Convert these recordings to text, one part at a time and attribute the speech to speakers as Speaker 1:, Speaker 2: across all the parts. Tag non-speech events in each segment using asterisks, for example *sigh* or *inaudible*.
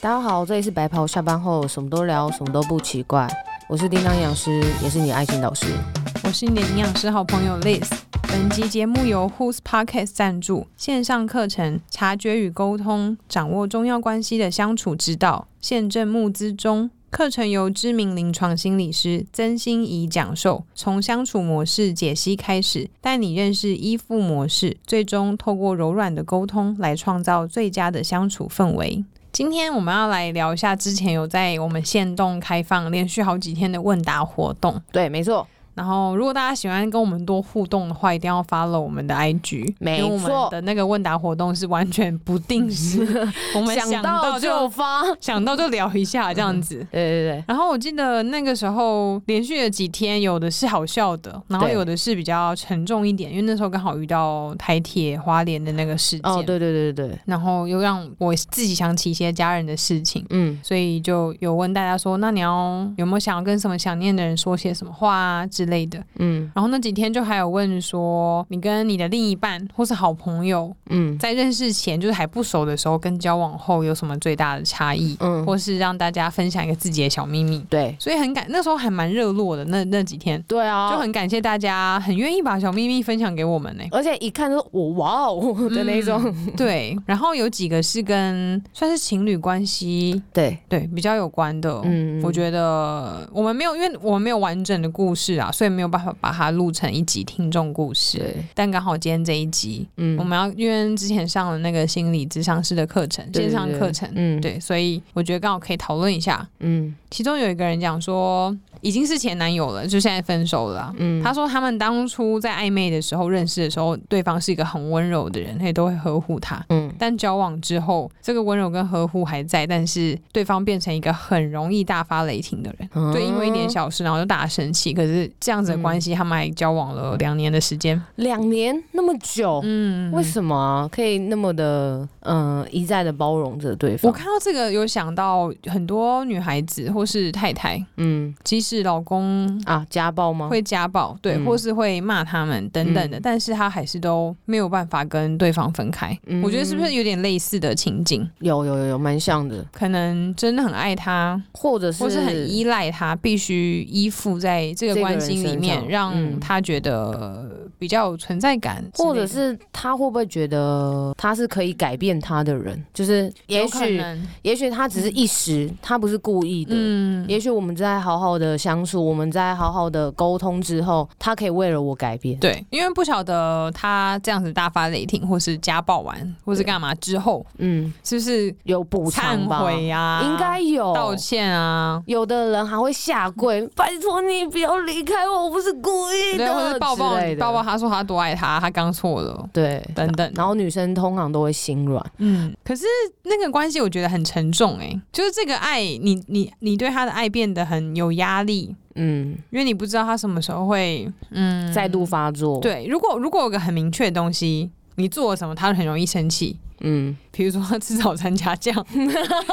Speaker 1: 大家好，这里是白袍，下班后什么都聊，什么都不奇怪。我是叮当营养师，也是你的爱情导师。
Speaker 2: 我是你的营养师好朋友 Liz。本集节目由 Who's Podcast 赞助，线上课程察觉与沟通，掌握中药关系的相处之道，现正募资中。课程由知名临床心理师曾心怡讲授，从相处模式解析开始，带你认识依附模式，最终透过柔软的沟通来创造最佳的相处氛围。今天我们要来聊一下之前有在我们县动开放连续好几天的问答活动。
Speaker 1: 对，没错，
Speaker 2: 然后，如果大家喜欢跟我们多互动的话，一定要 follow 我们的 IG，
Speaker 1: 没
Speaker 2: 因为我
Speaker 1: 错
Speaker 2: 们的那个问答活动是完全不
Speaker 1: *laughs*
Speaker 2: 定时，我们想到就
Speaker 1: 发。
Speaker 2: 想到就聊一下这样子。
Speaker 1: 对对对，
Speaker 2: 然后我记得那个时候连续了几天，有的是好笑的，然后
Speaker 1: 对
Speaker 2: 有的是比较沉重一点，因为那时候刚好遇到台铁花莲的那个事件，
Speaker 1: 哦，对对对对对，
Speaker 2: 然后又让我自己想起一些家人的事情。
Speaker 1: 嗯，
Speaker 2: 所以就有问大家说，那你要有没有想要跟什么想念的人说些什么话啊之类的？
Speaker 1: 嗯
Speaker 2: 然后那几天就还有问说，你跟你的另一半或是好朋友
Speaker 1: 嗯
Speaker 2: 在认识前，就是还不熟的时候，跟交往后有什么最大的差异，
Speaker 1: 嗯，
Speaker 2: 或是让大家分享一个自己的小秘密。
Speaker 1: 对
Speaker 2: 所以很感，那时候还蛮热络的，那那几天
Speaker 1: 对啊，
Speaker 2: 就很感谢大家，很愿意把小秘密分享给我们呢、
Speaker 1: 而且一看就我哇
Speaker 2: 嗯
Speaker 1: 哦的那种。
Speaker 2: 对，然后有几个是跟算是情侣关系
Speaker 1: 对，
Speaker 2: 对比较有关的，哦
Speaker 1: 嗯
Speaker 2: 我觉得我们没有，因为我们没有完整的故事啊，所以没有办法把它录成一集听众故事。
Speaker 1: 对，
Speaker 2: 但刚好今天这一集，我
Speaker 1: 嗯，
Speaker 2: 们要因为之前上了那个心理咨商师的课程，
Speaker 1: 对
Speaker 2: 线上课程，
Speaker 1: 嗯
Speaker 2: 对，所以我觉得刚好可以讨论一下。
Speaker 1: 嗯
Speaker 2: 其中有一个人讲说，已经是前男友了，就现在分手了啊、
Speaker 1: 嗯，
Speaker 2: 他说他们当初在暧昧的时候认识的时候，对方是一个很温柔的人，也都会呵护他。
Speaker 1: 嗯
Speaker 2: 但交往之后，这个温柔跟呵护还在，但是对方变成一个很容易大发雷霆的人。
Speaker 1: 嗯
Speaker 2: 对，因为一点小事，然后就大生气。可是这样子的关系，他们还交往了两年的时间。
Speaker 1: 两年那么久，
Speaker 2: 嗯，
Speaker 1: 哦为什么啊可以那么的嗯、呃一再的包容着对方？
Speaker 2: 我看到这个有想到很多女孩子或是太太，
Speaker 1: 嗯
Speaker 2: 即使老公
Speaker 1: 啊，家暴吗？
Speaker 2: 会家暴，对，
Speaker 1: 嗯
Speaker 2: 或是会骂他们等等的，但是她还是都没有办法跟对方分开。
Speaker 1: 嗯
Speaker 2: 我觉得是不是有点类似的情景？
Speaker 1: 有有有有蛮像的，
Speaker 2: 可能真的很爱他，
Speaker 1: 或者是
Speaker 2: 或是很依赖他，必须依附在这个关系里
Speaker 1: 这个人身
Speaker 2: 面，
Speaker 1: 上嗯
Speaker 2: 让他觉得比较有存在感之类的，
Speaker 1: 或者是他会不会觉得他是可以改变他的人？就是也
Speaker 2: 有可
Speaker 1: 许，
Speaker 2: 能
Speaker 1: 也许他只是一时，他不是故意的。
Speaker 2: 嗯，
Speaker 1: 也许我们在好好的相处，我们在好好的沟通之后，他可以为了我改变。
Speaker 2: 对，因为不晓得他这样子大发雷霆，或是家暴完，或是干嘛之后，
Speaker 1: 嗯，
Speaker 2: 是不是
Speaker 1: 有补
Speaker 2: 忏
Speaker 1: 偿吧？
Speaker 2: 悔呀、
Speaker 1: 应该有。
Speaker 2: 道歉啊，
Speaker 1: 有的人还会下跪，拜托你不要离开我，我不是故意
Speaker 2: 对，
Speaker 1: 的，
Speaker 2: 或是抱抱
Speaker 1: 之类的
Speaker 2: 抱抱，他说他多爱他，他刚错了。
Speaker 1: 对。
Speaker 2: 等等，
Speaker 1: 然后女生通常都会心软。
Speaker 2: 嗯，可是那个关系我觉得很沉重哎、就是这个爱，你你你对他的爱变得很有压力，
Speaker 1: 嗯，
Speaker 2: 因为你不知道他什么时候会，嗯，
Speaker 1: 再度发作。，
Speaker 2: 对。如果如果有个很明确的东西，你做了什么，他很容易生气。
Speaker 1: 嗯，
Speaker 2: 比如说他吃早餐加 *laughs* 酱，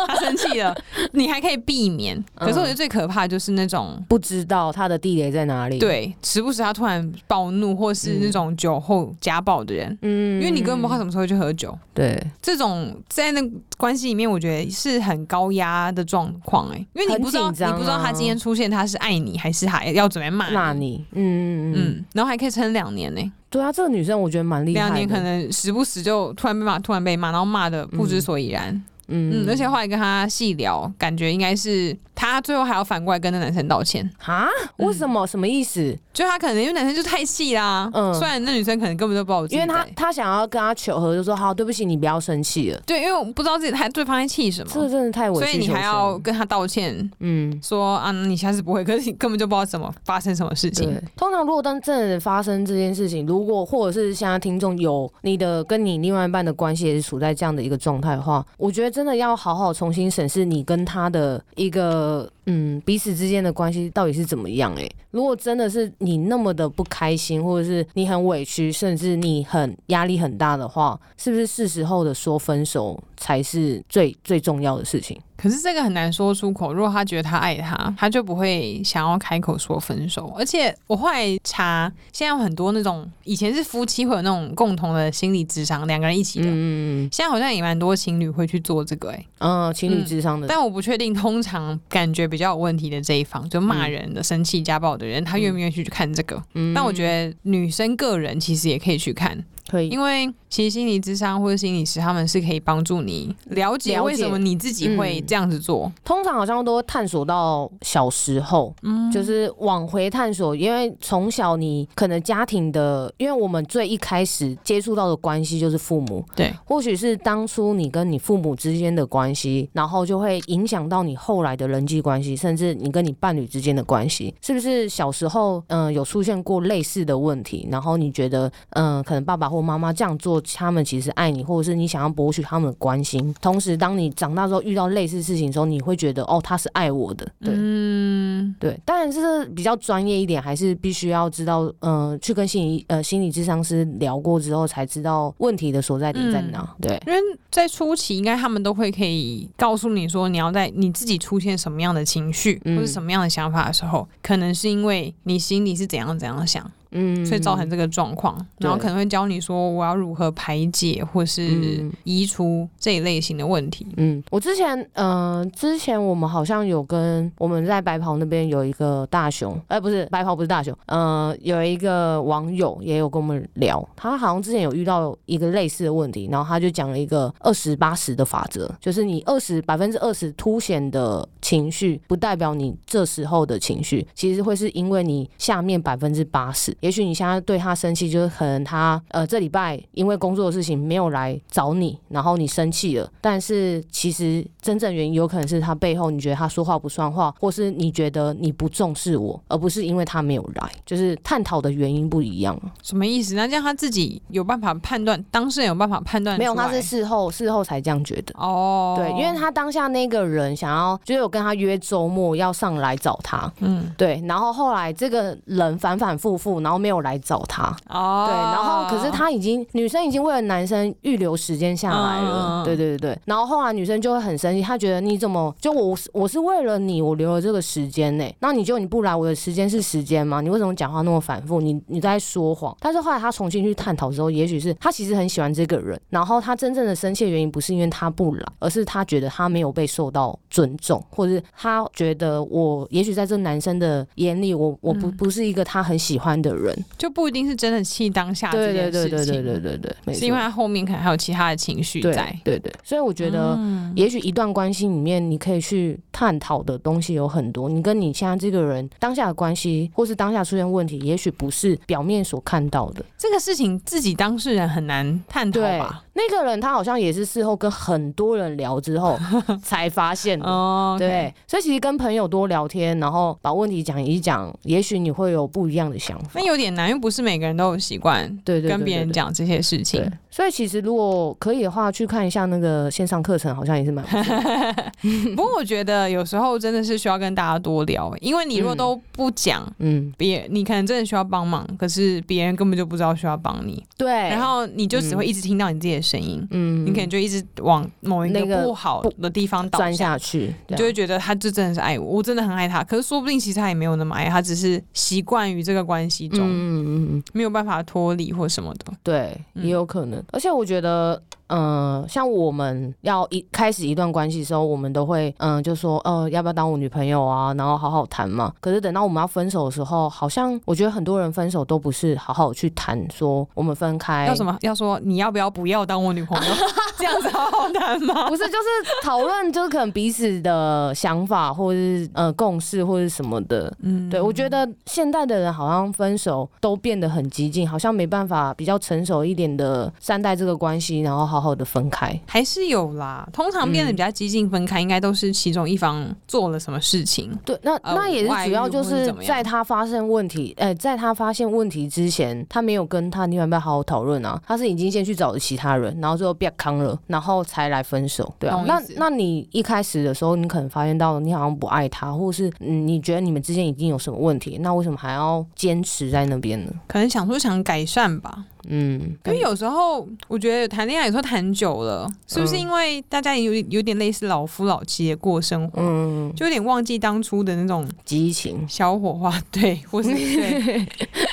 Speaker 2: 他生气了，你还可以避免。可是我觉得最可怕就是那种，
Speaker 1: 不知道他的地雷在哪里。，
Speaker 2: 对，嗯时不时他突然暴怒，或是那种酒后家暴的人，
Speaker 1: 嗯
Speaker 2: 因为你根本不知道他什么时候去喝酒。
Speaker 1: 对，
Speaker 2: 这种在那关系里面，我觉得是很高压的状况哎，因为你不知道、
Speaker 1: 很紧张啊
Speaker 2: 你不知道他今天出现，他是爱你还是还要准备骂
Speaker 1: 骂你，嗯嗯嗯，
Speaker 2: 嗯，然后还可以撑两年呢、
Speaker 1: 对啊，这个女生我觉得蛮厉害的，
Speaker 2: 两年可能时不时就突然被骂，突然被骂，然后骂的不知所以然。
Speaker 1: 嗯，
Speaker 2: 嗯，而且后来跟他细聊，感觉应该是他最后还要反过来跟那男生道歉，
Speaker 1: 啊，
Speaker 2: 嗯
Speaker 1: 为什么？什么意思？
Speaker 2: 就他可能因为男生就太气啦，
Speaker 1: 嗯
Speaker 2: 虽然那女生可能根本就不知道我自
Speaker 1: 因
Speaker 2: 己
Speaker 1: 为她
Speaker 2: 在
Speaker 1: 她想要跟他求和，就说好，对不起，你不要生气了，
Speaker 2: 对，因为我不知道自己他对方在气什
Speaker 1: 这个
Speaker 2: 么，
Speaker 1: 真的太委
Speaker 2: 所
Speaker 1: 曲求
Speaker 2: 以你还
Speaker 1: 全
Speaker 2: 要
Speaker 1: 了
Speaker 2: 跟他道歉，
Speaker 1: 嗯。
Speaker 2: 说啊，你下次不会， *laughs* 可是你根本就不知道怎么发生什么事情
Speaker 1: 对。，通常如果当真的发生这件事情，如果或者是现在听众有你的跟你另外一半的关系也是处在这样的一个状态的话，我觉得真的要好好重新审视你跟他的一个嗯彼此之间的关系到底是怎么样、欸？诶，如果真的是你那么的不开心，或者是你很委屈，甚至你很压力很大的话，是不是是时候的说分手才是最最重要的事情？
Speaker 2: 可是这个很难说出口。如果他觉得他爱他，他就不会想要开口说分手。而且我后来查，现在有很多那种以前是夫妻会有那种共同的心理智商，两个人一起的。
Speaker 1: 嗯嗯
Speaker 2: 现在好像也蛮多情侣会去做这个、欸，
Speaker 1: 嗯，呃，情侣智商的，
Speaker 2: 但我不确定，通常感觉比较有问题的这一方，就骂人的、生气、家暴的人，他愿不愿意去看这个？
Speaker 1: 嗯
Speaker 2: 但我觉得女生个人其实也可以去看，
Speaker 1: 可以，
Speaker 2: 因为其实心理智商或者心理师他们是可以帮助你了解
Speaker 1: 了解嗯
Speaker 2: 为什么你自己会这样子做。
Speaker 1: 通常好像都会探索到小时候，就是往回探索，因为从小你可能家庭的，因为我们最一开始接触到的关系就是父母，
Speaker 2: 对，
Speaker 1: 或许是当初你跟你父母之间的关系，然后就会影响到你后来的人际关系，甚至你跟你伴侣之间的关系，是不是小时候嗯、呃有出现过类似的问题？然后你觉得嗯、呃可能爸爸或妈妈这样做，他们其实爱你，或者是你想要博取他们的关心。同时，当你长大之后遇到类似事情的时候，你会觉得哦，他是爱我的，对。
Speaker 2: 嗯，
Speaker 1: 对，当然这是比较专业一点，还是必须要知道，呃，去跟心理呃心理智商师聊过之后，才知道问题的所在点在哪。对，
Speaker 2: 因为在初期，应该他们都会可以告诉你说，你要在你自己出现什么样的情绪、
Speaker 1: 嗯
Speaker 2: 或者什么样的想法的时候，可能是因为你心里是怎样怎样想。
Speaker 1: 嗯
Speaker 2: 所以造成这个状况，
Speaker 1: 对
Speaker 2: 然后可能会教你说我要如何排解或是
Speaker 1: 嗯
Speaker 2: 移除这一类型的问题。
Speaker 1: 嗯，我之前，呃，之前我们好像有跟我们在白袍那边有一个大熊，哎、不是白袍，不是大熊，呃，有一个网友也有跟我们聊，他好像之前有遇到一个类似的问题，然后他就讲了一个二十八十的法则，就是你二十百分之二十凸显的情绪，不代表你这时候的情绪，其实会是因为你下面百分之八十，也许你现在对他生气，就是可能他呃这礼拜因为工作的事情没有来找你，然后你生气了，但是其实真正原因有可能是他背后你觉得他说话不算话，或是你觉得你不重视我，而不是因为他没有来，就是探讨的原因不一样。
Speaker 2: 什么意思？那这样他自己有办法判断，当事人有办法判断出
Speaker 1: 没
Speaker 2: 来，
Speaker 1: 有，他是事后事后才这样觉得。
Speaker 2: 哦，
Speaker 1: 对，因为他当下那个人想要，就是有跟他约周末要上来找他，
Speaker 2: 嗯
Speaker 1: 对，然后后来这个人反反复复，然后没有来找他，
Speaker 2: 哦，
Speaker 1: 对，然后可是他已经女生已经为了男生预留时间下来
Speaker 2: 嗯
Speaker 1: 了，对对对对，然后后来女生就会很生气，她觉得你怎么就我是我是为了你我留了这个时间呢、那你就你不来我的时间是时间吗？你为什么讲话那么反复？你你在说谎。但是后来她重新去探讨之后，也许是她其实很喜欢这个人，然后她真正的生气的原因不是因为他不来，而是她觉得她没有被受到尊重，或者是她觉得我也许在这男生的眼里，我我不、
Speaker 2: 嗯
Speaker 1: 不是一个他很喜欢的人。
Speaker 2: 就不一定是真的气当下这
Speaker 1: 对
Speaker 2: 件
Speaker 1: 对
Speaker 2: 事情，
Speaker 1: 对对对对对对，没
Speaker 2: 是因为
Speaker 1: 错
Speaker 2: 他后面可能还有其他的情绪在
Speaker 1: 对。对对，所以我觉得。
Speaker 2: 嗯
Speaker 1: 也许一段关系里面，你可以去探讨的东西有很多。你跟你现在这个人当下的关系，或是当下出现问题，也许不是表面所看到的。
Speaker 2: 这个事情自己当事人很难探讨
Speaker 1: 对
Speaker 2: 吧？，
Speaker 1: 那个人他好像也是事后跟很多人聊之后才发现的。
Speaker 2: *laughs* 哦，OK，
Speaker 1: 对，所以其实跟朋友多聊天，然后把问题讲一讲，也许你会有不一样的想法
Speaker 2: 那。有点难，因为不是每个人都有习惯
Speaker 1: 对对对，
Speaker 2: 跟别人
Speaker 1: 对
Speaker 2: 讲这些事情
Speaker 1: 对。，所以其实如果可以的话，去看一下那个线上课程，好像也是蛮不错的 *laughs*
Speaker 2: 不过我觉得有时候真的是需要跟大家多聊，因为你如果都不讲，
Speaker 1: 嗯，
Speaker 2: 别你可能真的需要帮忙，可是别人根本就不知道需要帮你，
Speaker 1: 对。
Speaker 2: 然后你就只会一直听到你自己的声音，
Speaker 1: 嗯
Speaker 2: 你可能就一直往某一个
Speaker 1: 那个
Speaker 2: 不好的地方倒
Speaker 1: 钻下去，对
Speaker 2: 你
Speaker 1: 啊
Speaker 2: 就会觉得他就真的是爱我，我真的很爱他。可是说不定其实他也没有那么爱他，只是习惯于这个关系
Speaker 1: 嗯
Speaker 2: 中，
Speaker 1: 嗯嗯嗯，
Speaker 2: 没有办法脱离或什么的。
Speaker 1: 对，
Speaker 2: 嗯
Speaker 1: 也有可能。而且我觉得，嗯、像我们要一开始一段关系的时候，我们都会，嗯、就说，呃，要不要当我女朋友啊？然后好好谈嘛。可是等到我们要分手的时候，好像我觉得很多人分手都不是好好去谈，说我们分开
Speaker 2: 要什么？要说你要不要不要当我女朋
Speaker 1: *laughs*
Speaker 2: 友？这样子好好难吗？ *laughs*
Speaker 1: 不是，就是讨论，就是可能彼此的想法，或者是呃共识，或者什么的。
Speaker 2: 嗯，
Speaker 1: 对，我觉得现代的人好像分手都变得很激进，好像没办法比较成熟一点的善待这个关系，然后好好好的分开。
Speaker 2: 还是有啦，通常变得比较激进分开，应该都是其中一方做了什么事情。
Speaker 1: 对，那
Speaker 2: 呃
Speaker 1: 那也
Speaker 2: 外
Speaker 1: 是
Speaker 2: 遇
Speaker 1: 主要就
Speaker 2: 或是
Speaker 1: 是
Speaker 2: 怎么样
Speaker 1: 在他发生问题，呃，在他发现问题之前，他没有跟他另外一半好好讨论啊，他是已经先去找了其他人，然后最后被坑了，然后才来分手，对啊
Speaker 2: 懂。意
Speaker 1: 那
Speaker 2: 思
Speaker 1: 那你一开始的时候，你可能发现到你好像不爱他，或是嗯，你觉得你们之间已经有什么问题，那为什么还要坚持在那边呢？
Speaker 2: 可能想说想改善吧，
Speaker 1: 嗯，
Speaker 2: 因为有时候我觉得谈恋爱有时候谈久了，是不是
Speaker 1: 嗯
Speaker 2: 因为大家有有点类似老夫老妻的过生活，
Speaker 1: 嗯，
Speaker 2: 就有点忘记当初的那种
Speaker 1: 激情，
Speaker 2: 小火花， *laughs* 对，或
Speaker 1: *laughs*
Speaker 2: 是对，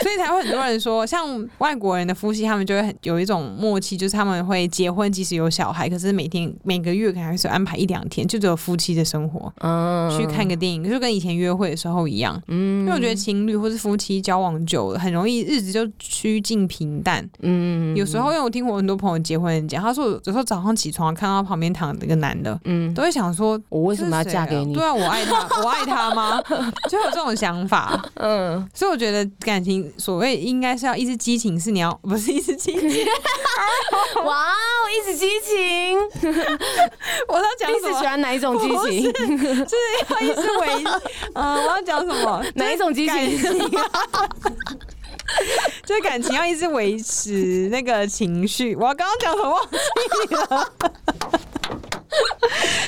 Speaker 2: 所以才会很多人说，像外国人的夫妻，他们就会很有一种默契，就是他们会结婚，即使有小孩，可是每天每个月可能还是安排一两天，就只有夫妻的生活，
Speaker 1: 嗯，
Speaker 2: 去看个电影，就跟以前约会的时候一样。因
Speaker 1: 嗯，
Speaker 2: 为我觉得情侣或是夫妻交往久了，很容易日子就趋近平淡。
Speaker 1: 嗯，
Speaker 2: 有时候，因为我听我很多朋友结婚人讲，他说有时候早上起床看到旁边躺着一个男的，
Speaker 1: 嗯，
Speaker 2: 都会想说
Speaker 1: 我为什么要嫁给你
Speaker 2: 这是谁？啊啊对啊，我
Speaker 1: *laughs*
Speaker 2: 爱他，我爱他吗？就有这种想法，
Speaker 1: 嗯，
Speaker 2: 所以我觉得感情所谓应该是要一直激情，是你要不是一直激情，
Speaker 1: 哇哦，一直激情，
Speaker 2: 我要讲
Speaker 1: 你
Speaker 2: 什
Speaker 1: 只
Speaker 2: 么
Speaker 1: 喜？欢哪一种激
Speaker 2: 不
Speaker 1: 情？
Speaker 2: 就是要一直维，呃，我要讲什么？
Speaker 1: 哪一种激
Speaker 2: 感
Speaker 1: 情？
Speaker 2: 情 *laughs* 啊？就是感情要一直维持那个情绪，我刚刚讲什么忘记了？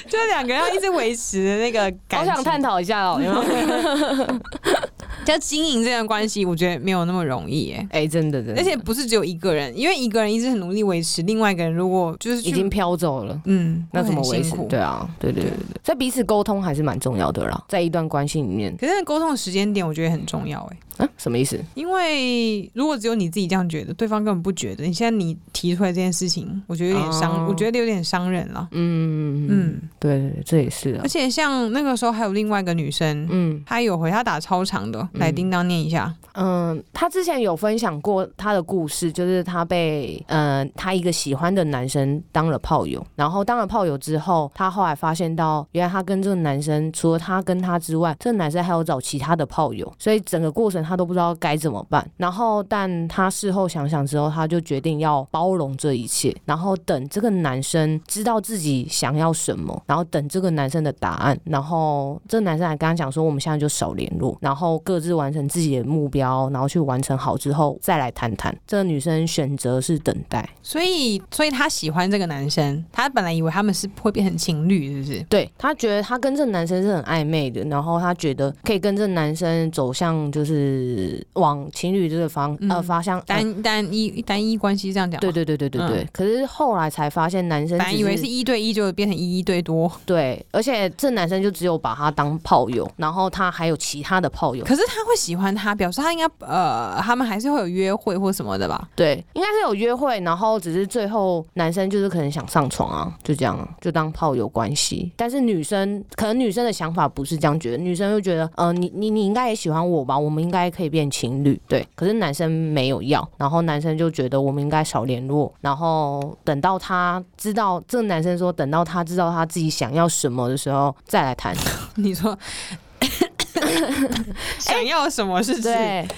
Speaker 2: 就两个人要一直维持的那个
Speaker 1: 好
Speaker 2: 感
Speaker 1: 想
Speaker 2: 情，
Speaker 1: 探讨一下哦、有没
Speaker 2: *laughs*
Speaker 1: 有
Speaker 2: 要经营这段关系，我觉得没有那么容易耶。
Speaker 1: 哎、真的真的，
Speaker 2: 而且不是只有一个人，因为一个人一直很努力维持，另外一个人如果就是去
Speaker 1: 已经飘走了。
Speaker 2: 嗯，
Speaker 1: 那
Speaker 2: 会
Speaker 1: 怎么
Speaker 2: 很
Speaker 1: 维
Speaker 2: 辛
Speaker 1: 持
Speaker 2: 苦？？
Speaker 1: 对啊，对对对对对，所以彼此沟通还是蛮重要的啦，在一段关系里面，
Speaker 2: 可是沟通的时间点我觉得很重要哎，
Speaker 1: 嗯、什么意思？
Speaker 2: 因为如果只有你自己这样觉得，对方根本不觉得。你现在你提出来这件事情，我觉得有点伤，
Speaker 1: 哦
Speaker 2: 我觉得有点伤人了。
Speaker 1: 嗯嗯，
Speaker 2: 嗯，
Speaker 1: 对对对，这也是啊
Speaker 2: 而，且像那个时候还有另外一个女生，
Speaker 1: 嗯
Speaker 2: 她有回她打超长的，来叮当念一下。
Speaker 1: 嗯，他之前有分享过他的故事，就是他被呃他一个喜欢的男生当了炮友，然后当了炮友之后，他后来发现到原来他跟这个男生除了他跟他之外，这个男生还有找其他的炮友，所以整个过程他都不知道该怎么办。然后，但他事后想想之后，他就决定要包容这一切，然后等这个男生知道自己想要什么，然后等这个男生的答案。然后这个男生还跟他讲说，我们现在就少联络，然后各自完成自己的目标，然后去完成好之后再来谈谈。这个女生选择是等待，
Speaker 2: 所以，所以她喜欢这个男生，她本来以为他们是会变成情侣，是不是？
Speaker 1: 对她觉得她跟这个男生是很暧昧的，然后她觉得可以跟这个男生走向就是往情侣这个方、
Speaker 2: 嗯
Speaker 1: 呃方向呃
Speaker 2: 单单一单一关系这样讲吗，
Speaker 1: 对对对对对对，可是后来才发现男生
Speaker 2: 本来
Speaker 1: 只
Speaker 2: 以为是一对一，就变成一一对多。
Speaker 1: 对，而且这男生就只有把他当炮友，然后他还有其他的炮友，
Speaker 2: 可是他会喜欢他，表示他应该呃，他们还是会有约会或什么的吧？ *laughs*
Speaker 1: 对，应该是有约会，然后只是最后男生就是可能想上床啊，就这样啊，就当炮友关系。但是女生可能女生的想法不是这样觉得，女生就觉得，呃，你你你应该也喜欢我吧，我们应该可以变情侣，对。可是男生没有要，然后男生就觉得我们应该少联络，然后等到他知道，这个男生说等到他知道他自己想要什么的时候再来谈。
Speaker 2: 你
Speaker 1: *laughs*
Speaker 2: 说想要什么是指？
Speaker 1: 对，哎、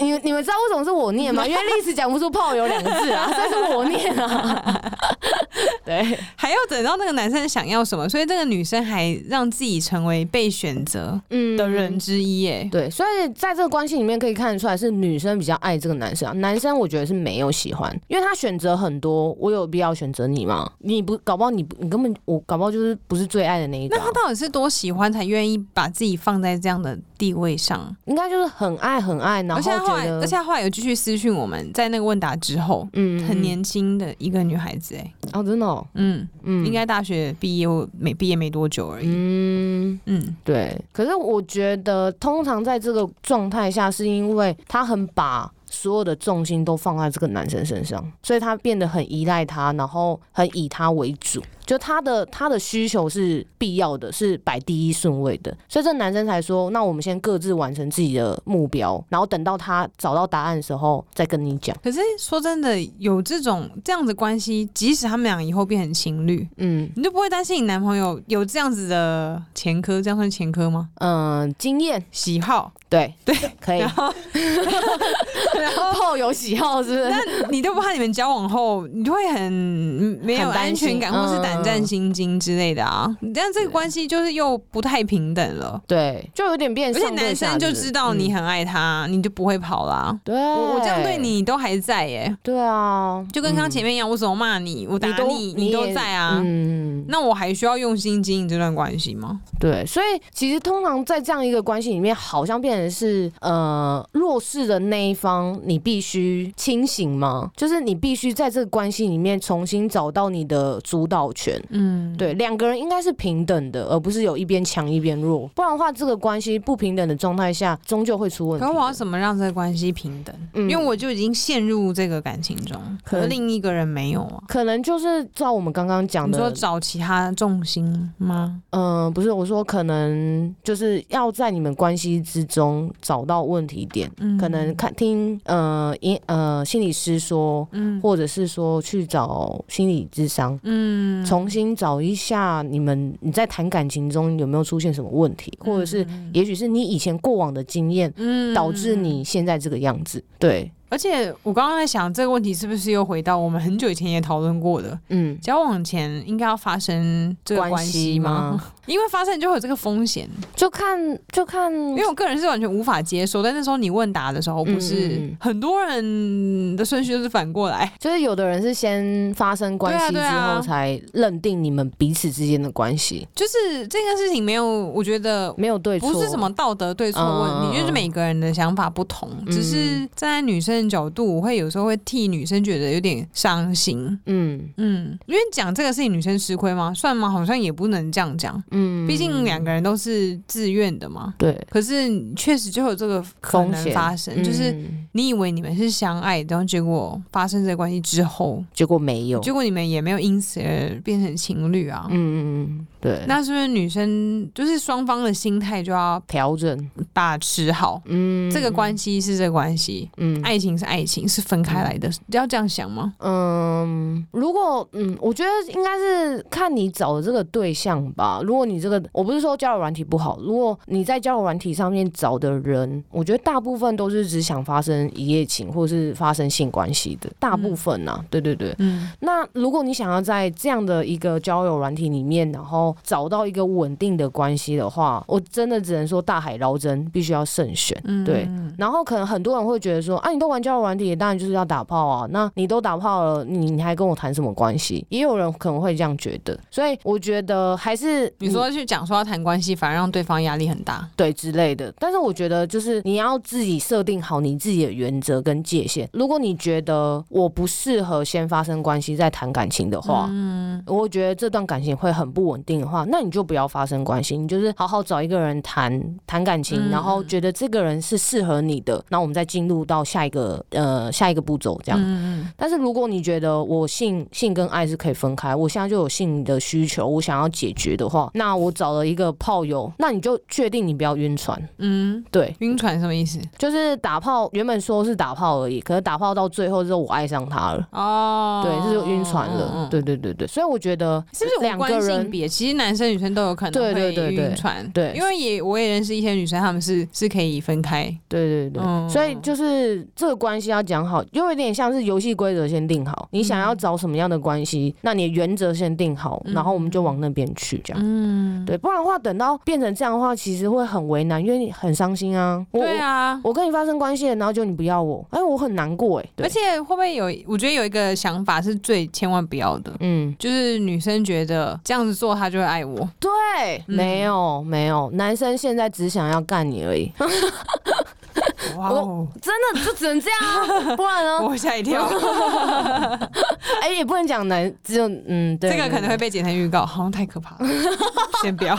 Speaker 1: 你你们知道为什么是我念吗？因为历史讲不出“炮友”两个字啊，所以是我念啊。
Speaker 2: *laughs*
Speaker 1: 对，
Speaker 2: 还要等到那个男生想要什么，所以这个女生还让自己成为被选择
Speaker 1: 嗯
Speaker 2: 的人。之一耶。
Speaker 1: 对，所以在这个关系里面可以看得出来，是女生比较爱这个男生啊，男生我觉得是没有喜欢，因为他选择很多，我有必要选择你吗？你不搞不好你不你根本我搞不好就是不是最爱的那一个
Speaker 2: 那
Speaker 1: 啊、
Speaker 2: 他到底是多喜欢才愿意把自己放在这样的地位上？
Speaker 1: 应该就是很爱很爱，然
Speaker 2: 而
Speaker 1: 后
Speaker 2: 且她后
Speaker 1: 觉
Speaker 2: 来，
Speaker 1: 得
Speaker 2: 而且她后来有继续私讯我们，在那个问答之后，
Speaker 1: 嗯
Speaker 2: 很年轻的一个女孩子，哎，
Speaker 1: 哦，真的、哦，
Speaker 2: 嗯，
Speaker 1: 嗯，
Speaker 2: 应该大学毕业或没毕业没多久而已，
Speaker 1: 嗯。
Speaker 2: 嗯
Speaker 1: 对，可是我觉得通常在这个状态下，是因为他很把所有的重心都放在这个男生身上，所以他变得很依赖他，然后很以他为主，就他的他的需求是必要的，是摆第一顺位的，所以这男生才说，那我们先各自完成自己的目标，然后等到他找到答案的时候再跟你讲。
Speaker 2: 可是说真的，有这种这样子关系，即使他们俩以后变成情侣，
Speaker 1: 嗯
Speaker 2: 你就不会担心你男朋友有这样子的前科，这样算前科吗？
Speaker 1: 嗯、呃经验
Speaker 2: 喜好，
Speaker 1: 对
Speaker 2: 对，
Speaker 1: *laughs* 可以
Speaker 2: 然。后 *laughs* 然后
Speaker 1: 炮友喜好 *laughs* 是不是？
Speaker 2: 你都不怕你们交往后，你就会很没有
Speaker 1: 很担
Speaker 2: 安全
Speaker 1: 心
Speaker 2: 感，或是胆战
Speaker 1: 嗯
Speaker 2: 心惊之类的啊。但这个关系就是又不太平等了，
Speaker 1: 对，就有点变
Speaker 2: 而且
Speaker 1: 相对
Speaker 2: 男
Speaker 1: 嗯下
Speaker 2: 生就
Speaker 1: 的人
Speaker 2: 知道你、很爱他，你就不会跑啦
Speaker 1: 嗯。对，
Speaker 2: 我我这样对，你都还在耶、
Speaker 1: 对啊，
Speaker 2: 就跟刚
Speaker 1: 嗯
Speaker 2: 前面一样，我怎么骂你，我打
Speaker 1: 你都
Speaker 2: 你，
Speaker 1: 你
Speaker 2: 你都
Speaker 1: 也
Speaker 2: 在啊。
Speaker 1: 嗯，
Speaker 2: 那我还需要用心经营这段关系吗？
Speaker 1: 对，所以其实通常在这样一个关系里面，好像变成是呃弱势的那一方，你必须清醒吗？就是你必须在这个关系里面重新找到你的主导权。
Speaker 2: 嗯，
Speaker 1: 对，两个人应该是平等的，而不是有一边强一边弱，不然的话，这个关系不平等的状态下，终究会出问题
Speaker 2: 可
Speaker 1: 的。
Speaker 2: 我要怎么让这个关系平等？
Speaker 1: 嗯
Speaker 2: 因为我就已经陷入这个感情中，
Speaker 1: 可
Speaker 2: 可是
Speaker 1: 能
Speaker 2: 另一个人没有啊。
Speaker 1: 可能就是照我们刚刚讲
Speaker 2: 你说
Speaker 1: 的，
Speaker 2: 找其他重心吗？
Speaker 1: 嗯、不是我说，可能就是要在你们关系之中找到问题点，
Speaker 2: 嗯
Speaker 1: 可能看听呃一呃心理师说，
Speaker 2: 嗯
Speaker 1: 或者是说去找心理智商，
Speaker 2: 嗯
Speaker 1: 重新找一下你们你在谈感情中有没有出现什么问题，或者是
Speaker 2: 嗯
Speaker 1: 也许是你以前过往的经验
Speaker 2: 嗯
Speaker 1: 导致你现在这个样子。对，
Speaker 2: 而且我刚刚在想这个问题是不是又回到我们很久以前也讨论过的，
Speaker 1: 嗯，
Speaker 2: 交往前应该要发生这个关系吗？？ *laughs* 因为发生就会有这个风险，
Speaker 1: 就看就看，
Speaker 2: 因为我个人是完全无法接受。但那时候你问答的时候，
Speaker 1: 嗯
Speaker 2: 不是、
Speaker 1: 嗯嗯
Speaker 2: 很多人的顺序都是反过来，
Speaker 1: 就是有的人是先发生关系
Speaker 2: 对
Speaker 1: 之
Speaker 2: 啊对啊
Speaker 1: 后才认定你们彼此之间的关系，
Speaker 2: 就是这件事情没有，我觉得
Speaker 1: 没有对错，
Speaker 2: 不是什么道德对错问
Speaker 1: 嗯嗯
Speaker 2: 题，
Speaker 1: 嗯
Speaker 2: 就是每个人的想法不同。只是站在女生的角度，我会有时候会替女生觉得有点伤心。
Speaker 1: 嗯
Speaker 2: 嗯，因为讲这个事情，女生吃亏吗？算吗？好像也不能这样讲，
Speaker 1: 嗯，
Speaker 2: 毕竟两个人都是自愿的嘛。
Speaker 1: 对
Speaker 2: 可是确实就有这个可
Speaker 1: 风
Speaker 2: 能
Speaker 1: 险
Speaker 2: 发生，就是
Speaker 1: 嗯
Speaker 2: 你以为你们是相爱，然后结果发生这个关系之后，
Speaker 1: 结果没有，
Speaker 2: 结果你们也没有因此而变成情侣啊。
Speaker 1: 哦嗯嗯嗯，对，
Speaker 2: 那是不是女生就是双方的心态就要
Speaker 1: 调整，
Speaker 2: 把持好？
Speaker 1: 嗯，
Speaker 2: 这个关系哎是这个关系，
Speaker 1: 嗯，
Speaker 2: 爱情是爱情，是分开来的，要这样想吗？
Speaker 1: 嗯，如果嗯，我觉得应该是看你找的这个对象吧。如果你这个，我不是说交友软体不好，如果你在交友软体上面找的人，我觉得大部分都是只想发生一夜情或是发生性关系的，大部分呐、啊，对对对。
Speaker 2: 嗯
Speaker 1: 那如果你想要在这样的一个交友软体里面，然后找到一个稳定的关系的话，我真的只能说大海捞针，必须要慎选。
Speaker 2: 嗯
Speaker 1: 对然后可能很多人会觉得说，啊，你都玩交友软体，当然就是要打炮啊。那你都打炮了，你你还跟我谈什么关系？也有人可能会这样觉得，所以我觉得还是
Speaker 2: 你说去讲说要谈关系，反而让对方压力很大。
Speaker 1: 对之类的。但是我觉得就是你要自己设定好你自己的原则跟界限。如果你觉得我不适合先发生关系再谈感情的话，
Speaker 2: 嗯
Speaker 1: 我觉得这段感情会很不稳定的话，那你就不要发生关系，你就是好好找一个人谈谈感情，
Speaker 2: 嗯
Speaker 1: 然后觉得这个人是适合你的，那我们再进入到下一个呃下一个步骤这样。
Speaker 2: 嗯嗯
Speaker 1: 但是如果你觉得我性性跟爱是可以分开，我现在就有性的需求，我想要解决的话，那我找了一个炮友，那你就确定你不要晕船，
Speaker 2: 嗯，
Speaker 1: 对，
Speaker 2: 晕船什么意思？
Speaker 1: 就是打炮，原本说是打炮而已，可是打炮到最后之后我爱上他了。
Speaker 2: 哦，
Speaker 1: 对，这就晕船
Speaker 2: 嗯
Speaker 1: 了。，对
Speaker 2: 嗯
Speaker 1: 对对对，所以我觉得
Speaker 2: 是不是
Speaker 1: 两
Speaker 2: 无
Speaker 1: 个
Speaker 2: 关
Speaker 1: 人
Speaker 2: 性别？其实男生女生都有可能
Speaker 1: 对对
Speaker 2: 会
Speaker 1: 对对
Speaker 2: 晕船，
Speaker 1: 对
Speaker 2: 因为也我也认识一些女生，她们是是可以分开。
Speaker 1: 对对对，
Speaker 2: 嗯
Speaker 1: 所以就是这个关系要讲好，又有点像是游戏规则先定好，你想要找什么样的关
Speaker 2: 嗯
Speaker 1: 系，那你的原则先定好，然后我们就往那边去这样。
Speaker 2: 嗯，
Speaker 1: 对，不然的话，等到变成这样的话，其实会很为难，因为你很伤心啊。我
Speaker 2: 对啊。
Speaker 1: 我我跟你发生关系了，然后就你不要我，哎，我很难过哎。对
Speaker 2: 而，且会不会有？我觉得有一个想法是最千万不要的，
Speaker 1: 嗯，
Speaker 2: 就是女生觉得这样子做她就会爱我。
Speaker 1: 对，
Speaker 2: 嗯
Speaker 1: 没有没有，男生现在只想要干你而
Speaker 2: *laughs*
Speaker 1: 已，
Speaker 2: 哇
Speaker 1: 哦
Speaker 2: 哦！
Speaker 1: 真的就只能这样 *laughs* 啊，不然呢？
Speaker 2: 我吓
Speaker 1: *laughs*
Speaker 2: 一跳，
Speaker 1: 哎，也不能讲男，只有嗯，对，
Speaker 2: 这个
Speaker 1: *laughs*
Speaker 2: 可能会被剪成预告，好像太可怕了，先不要。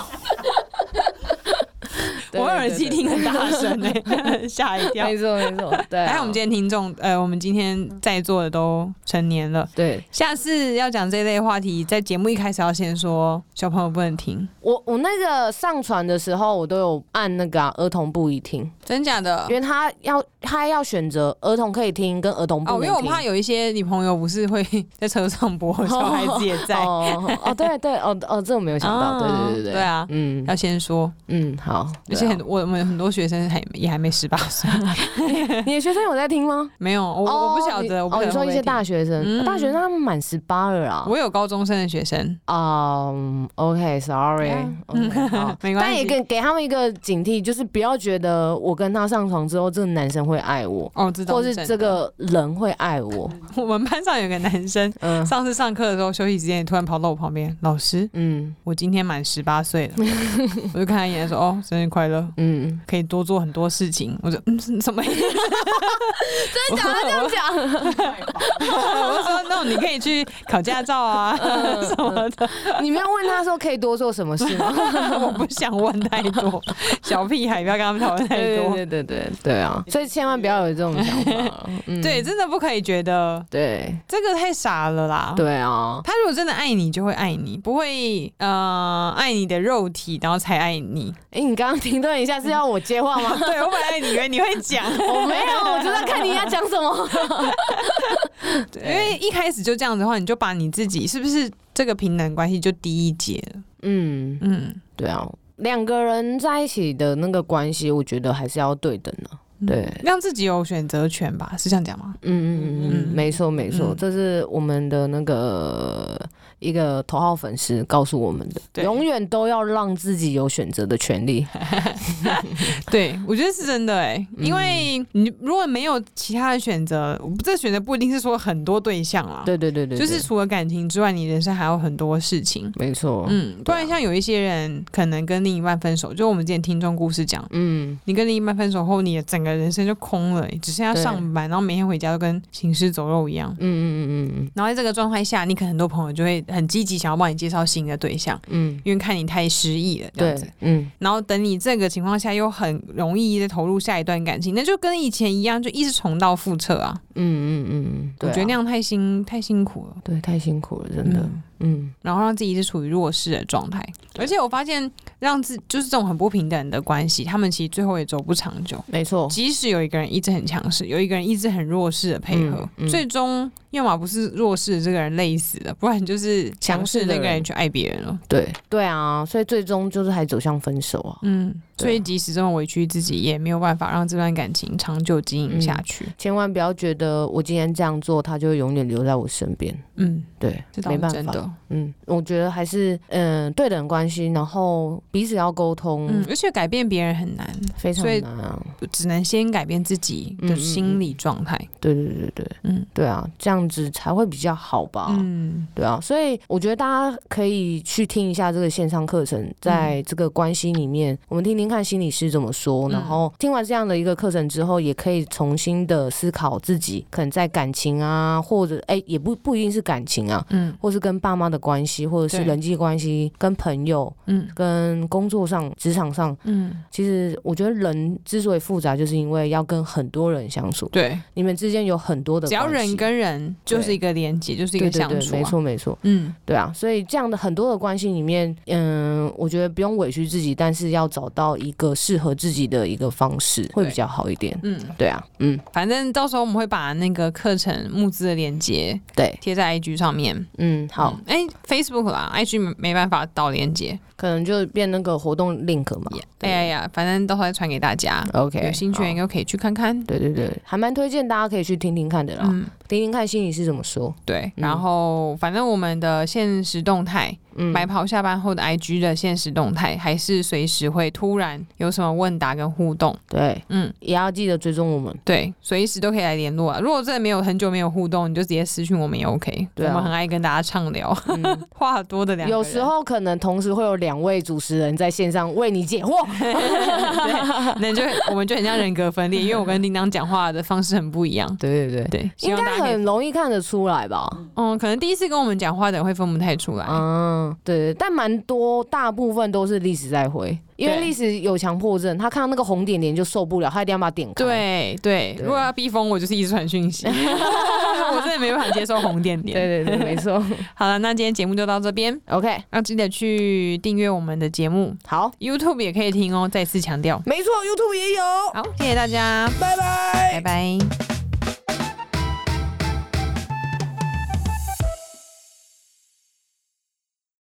Speaker 1: 对
Speaker 2: 我耳机听
Speaker 1: *laughs*
Speaker 2: 很大声哎、 *laughs* 吓一跳。哎
Speaker 1: 没错没错，对、啊。
Speaker 2: 还好我们今天听众，呃，我们今天在座的都成年了。
Speaker 1: 对
Speaker 2: 下次要讲这类话题，在节目一开始要先说小朋友不能听，
Speaker 1: 我我那个上传的时候，我都有按那个啊、儿童不宜听，
Speaker 2: 真假的
Speaker 1: 因？为他要他要选择儿童可以听跟儿童不
Speaker 2: 哦，
Speaker 1: 能听。
Speaker 2: 因为我怕有一些女朋友不是会 *laughs* 在车上播，小孩子也在。
Speaker 1: *laughs* 哦哦，对对哦哦，这我没有想到，对对对对
Speaker 2: 对啊，
Speaker 1: 嗯
Speaker 2: *laughs* 要先说，
Speaker 1: 嗯，好。
Speaker 2: 而且很多我们很多学生还也还没十八岁， *laughs*
Speaker 1: 你的学生有在听吗？
Speaker 2: 没有，我我不晓得，我
Speaker 1: 哦
Speaker 2: 不
Speaker 1: 你哦，你
Speaker 2: 晓得会
Speaker 1: 说
Speaker 2: 不
Speaker 1: 一
Speaker 2: 会
Speaker 1: 些
Speaker 2: 听
Speaker 1: 大学生，
Speaker 2: 嗯
Speaker 1: 大学生他们满十八了啊。
Speaker 2: 我有高中生的学生，
Speaker 1: 嗯，OK，Sorry，
Speaker 2: Yeah
Speaker 1: 嗯好
Speaker 2: *laughs* 没关
Speaker 1: 但
Speaker 2: 系
Speaker 1: 也给给他们一个警惕，就是不要觉得我跟他上床之后，这个男生会爱我，
Speaker 2: 哦，知道，
Speaker 1: 或是
Speaker 2: 真的
Speaker 1: 这，个人会爱我。
Speaker 2: 我们班上有个男生，
Speaker 1: 嗯
Speaker 2: 上次上课的时候休息时间，也突然跑到我旁边，老师，
Speaker 1: 嗯
Speaker 2: 我今天满十八
Speaker 1: *laughs*
Speaker 2: 岁了，我就看他一眼说，哦，生日快乐。
Speaker 1: 嗯，
Speaker 2: 可以多做很多事情，我就嗯，是什么意思？真假的？
Speaker 1: 这样
Speaker 2: 我说那你可以去考驾照啊
Speaker 1: 嗯
Speaker 2: *laughs* 什么的，
Speaker 1: *laughs* 讲，你没有问他说可以多做什么事吗？
Speaker 2: *laughs* 我不想问太多，小屁孩不要跟他们讨论太
Speaker 1: *laughs*
Speaker 2: 多。
Speaker 1: 对对对对啊，所以千万不要有这种想法。嗯
Speaker 2: 对，真的不可以觉得
Speaker 1: 对
Speaker 2: 这个太傻了啦。
Speaker 1: 对啊，
Speaker 2: 他如果真的爱你，就会爱你，不会呃爱你的肉体，然后才爱你。
Speaker 1: 哎，你刚刚停顿一下是要我接话 *laughs* 吗？
Speaker 2: 对我本来以为你会
Speaker 1: *laughs*
Speaker 2: 讲，
Speaker 1: 我没有，我就在看你要讲什 *laughs* 么。
Speaker 2: 因为一开始就这样子的话，你就把你自己是不是这个平等关系就低一截了？
Speaker 1: 嗯，
Speaker 2: 嗯，
Speaker 1: 对啊，两个人在一起的那个关系，我觉得还是要对等的、对，
Speaker 2: 嗯让自己有选择权吧，是这样讲吗？
Speaker 1: 嗯嗯嗯
Speaker 2: 嗯
Speaker 1: 嗯，没错没错，
Speaker 2: 嗯
Speaker 1: 这是我们的那个一个头号粉丝告诉我们的，
Speaker 2: 对
Speaker 1: 永远都要让自己有选择的权利。
Speaker 2: 对，我觉得是真的哎、因
Speaker 1: 嗯
Speaker 2: 为你如果没有其他的选择，这选择不一定是说很多对象啦，
Speaker 1: 对对对对，
Speaker 2: 就是
Speaker 1: 对
Speaker 2: 除了感情之外，你人生还有很多事情。
Speaker 1: 没错。
Speaker 2: 嗯，不然
Speaker 1: 对啊
Speaker 2: 像有一些人可能跟另一半分手，就我们之前听众故事讲，
Speaker 1: 嗯，
Speaker 2: 你跟另一半分手后，你的整个人生就空了、欸只剩下
Speaker 1: 对
Speaker 2: 上班，然后每天回家都跟行尸走肉一样
Speaker 1: 嗯。嗯嗯嗯
Speaker 2: 然后在这个状态下，你可能很多朋友就会很积极想要帮你介绍新的对象，
Speaker 1: 嗯，嗯
Speaker 2: 因为看你太失意了这样子
Speaker 1: 对。，嗯
Speaker 2: 然后等你这个情况下又很容易再投入下一段感情，那就跟以前一样，就一直重蹈覆辙啊。
Speaker 1: 嗯嗯嗯嗯，
Speaker 2: 我
Speaker 1: 对啊
Speaker 2: 觉得那样太辛太辛苦了，
Speaker 1: 对太辛苦了，真的。
Speaker 2: 嗯
Speaker 1: 嗯
Speaker 2: 然后让自己是处于弱势的状态，而且我发现让自就是这种很不平等的关系，他们其实最后也走不长久。
Speaker 1: 没错，
Speaker 2: 即使有一个人一直很强势，有一个人一直很弱势的配合，
Speaker 1: 嗯嗯
Speaker 2: 最终要么不是弱势的这个人累死了，不然就是强势的那个人去爱别人了。
Speaker 1: 对对啊，所以最终就是还走向分手啊。
Speaker 2: 嗯，
Speaker 1: 对啊
Speaker 2: 所以即使这么委屈自己，也没有办法让这段感情长久经营
Speaker 1: 嗯
Speaker 2: 下去。
Speaker 1: 千万不要觉得我今天这样做，他就会永远留在我身边。
Speaker 2: 嗯，
Speaker 1: 对
Speaker 2: 这，倒
Speaker 1: 没
Speaker 2: 是
Speaker 1: 办
Speaker 2: 真
Speaker 1: 法。
Speaker 2: 的。
Speaker 1: 嗯，我觉得还是嗯对等关系，然后彼此要沟通，
Speaker 2: 嗯，而且改变别人很难，
Speaker 1: 非常
Speaker 2: 所以
Speaker 1: 难啊。
Speaker 2: 只能先改变自己
Speaker 1: 嗯
Speaker 2: 的心理状态。
Speaker 1: 对对对对，
Speaker 2: 嗯
Speaker 1: 对啊，这样子才会比较好吧。
Speaker 2: 嗯，
Speaker 1: 对啊，所以我觉得大家可以去听一下这个线上课程，在这个关系里面，我们听听看心理师怎么说。
Speaker 2: 嗯
Speaker 1: 然后听完这样的一个课程之后，也可以重新的思考自己，可能在感情啊，或者哎、也不不一定是感情啊，
Speaker 2: 嗯
Speaker 1: 或是跟爸妈的关系，或者是
Speaker 2: 对
Speaker 1: 人际关系、跟朋友、
Speaker 2: 嗯
Speaker 1: 跟工作上、职场上，
Speaker 2: 嗯，
Speaker 1: 其实我觉得人之所以复杂，就是因为要跟很多人相处，
Speaker 2: 对，
Speaker 1: 你们之间有很多的
Speaker 2: 只要
Speaker 1: 关系
Speaker 2: 人跟人就是一个连接，就是一
Speaker 1: 对
Speaker 2: 个
Speaker 1: 对
Speaker 2: 相
Speaker 1: 对，
Speaker 2: 处、
Speaker 1: 没
Speaker 2: 啊。
Speaker 1: 错没错，
Speaker 2: 嗯，
Speaker 1: 对啊，所以这样的很多的关系里面，嗯，我觉得不用委屈自己，但是要找到一个适合自己的一个方式，会比较好一点。
Speaker 2: 嗯，
Speaker 1: 对啊，嗯，
Speaker 2: 反正到时候我们会把那个课程募资的链接
Speaker 1: 对，
Speaker 2: 贴在 IG 上面。
Speaker 1: 嗯，好，
Speaker 2: 嗯，哎、f a c e b o o k 啦，IG 没没办法导链接。
Speaker 1: 可能就变那个活动 link 嘛。
Speaker 2: 哎呀呀，反正到时候再传给大家。
Speaker 1: OK，
Speaker 2: 有兴趣的人
Speaker 1: 好
Speaker 2: 又可以去看看。
Speaker 1: 对对对，还蛮推荐大家可以去听听看的啦，
Speaker 2: 嗯，
Speaker 1: 听听看心理是怎么说。
Speaker 2: 对。
Speaker 1: 嗯
Speaker 2: 然后，反正我们的现实动态，
Speaker 1: 嗯，
Speaker 2: 白袍下班后的 IG 的现实动态，还是随时会突然有什么问答跟互动。
Speaker 1: 对，
Speaker 2: 嗯，
Speaker 1: 也要记得追踪我们。
Speaker 2: 对，随时都可以来联络啊。如果真的没有很久没有互动，你就直接私讯我们也 OK。
Speaker 1: 对啊
Speaker 2: 我们很爱跟大家畅聊， *laughs*
Speaker 1: 嗯
Speaker 2: 话多的两个人
Speaker 1: 有时候可能同时会有两位主持人在线上为你解惑。 *laughs*
Speaker 2: 对，那就我们就很像人格分裂，因为我跟叮当讲话的方式很不一样。
Speaker 1: 对对对，
Speaker 2: *laughs* 对，
Speaker 1: *laughs*
Speaker 2: 希
Speaker 1: 应
Speaker 2: 望大
Speaker 1: 该
Speaker 2: 家给
Speaker 1: 很容易看得出来吧？
Speaker 2: 嗯，可能第一次跟我们讲话的人会分不太出来。
Speaker 1: 嗯，对对，但蛮多，大部分都是历史在回，因为
Speaker 2: 对
Speaker 1: 历史有强迫症，他看到那个红点点就受不了，他一定要把它点开。，
Speaker 2: 对对，
Speaker 1: 对
Speaker 2: 如果要逼疯我，就是一直传讯
Speaker 1: *laughs*
Speaker 2: 息，我真的没办法接受红点点。
Speaker 1: 对对对，没
Speaker 2: *laughs*
Speaker 1: 错。
Speaker 2: 好了，那今天节目就到这边，
Speaker 1: OK，
Speaker 2: 要记得去订阅我们的节目
Speaker 1: 好，
Speaker 2: ，YouTube 也可以听哦。再次强调，
Speaker 1: 没错，YouTube 也有，
Speaker 2: 好，谢谢大家，
Speaker 1: 拜拜
Speaker 2: 拜拜。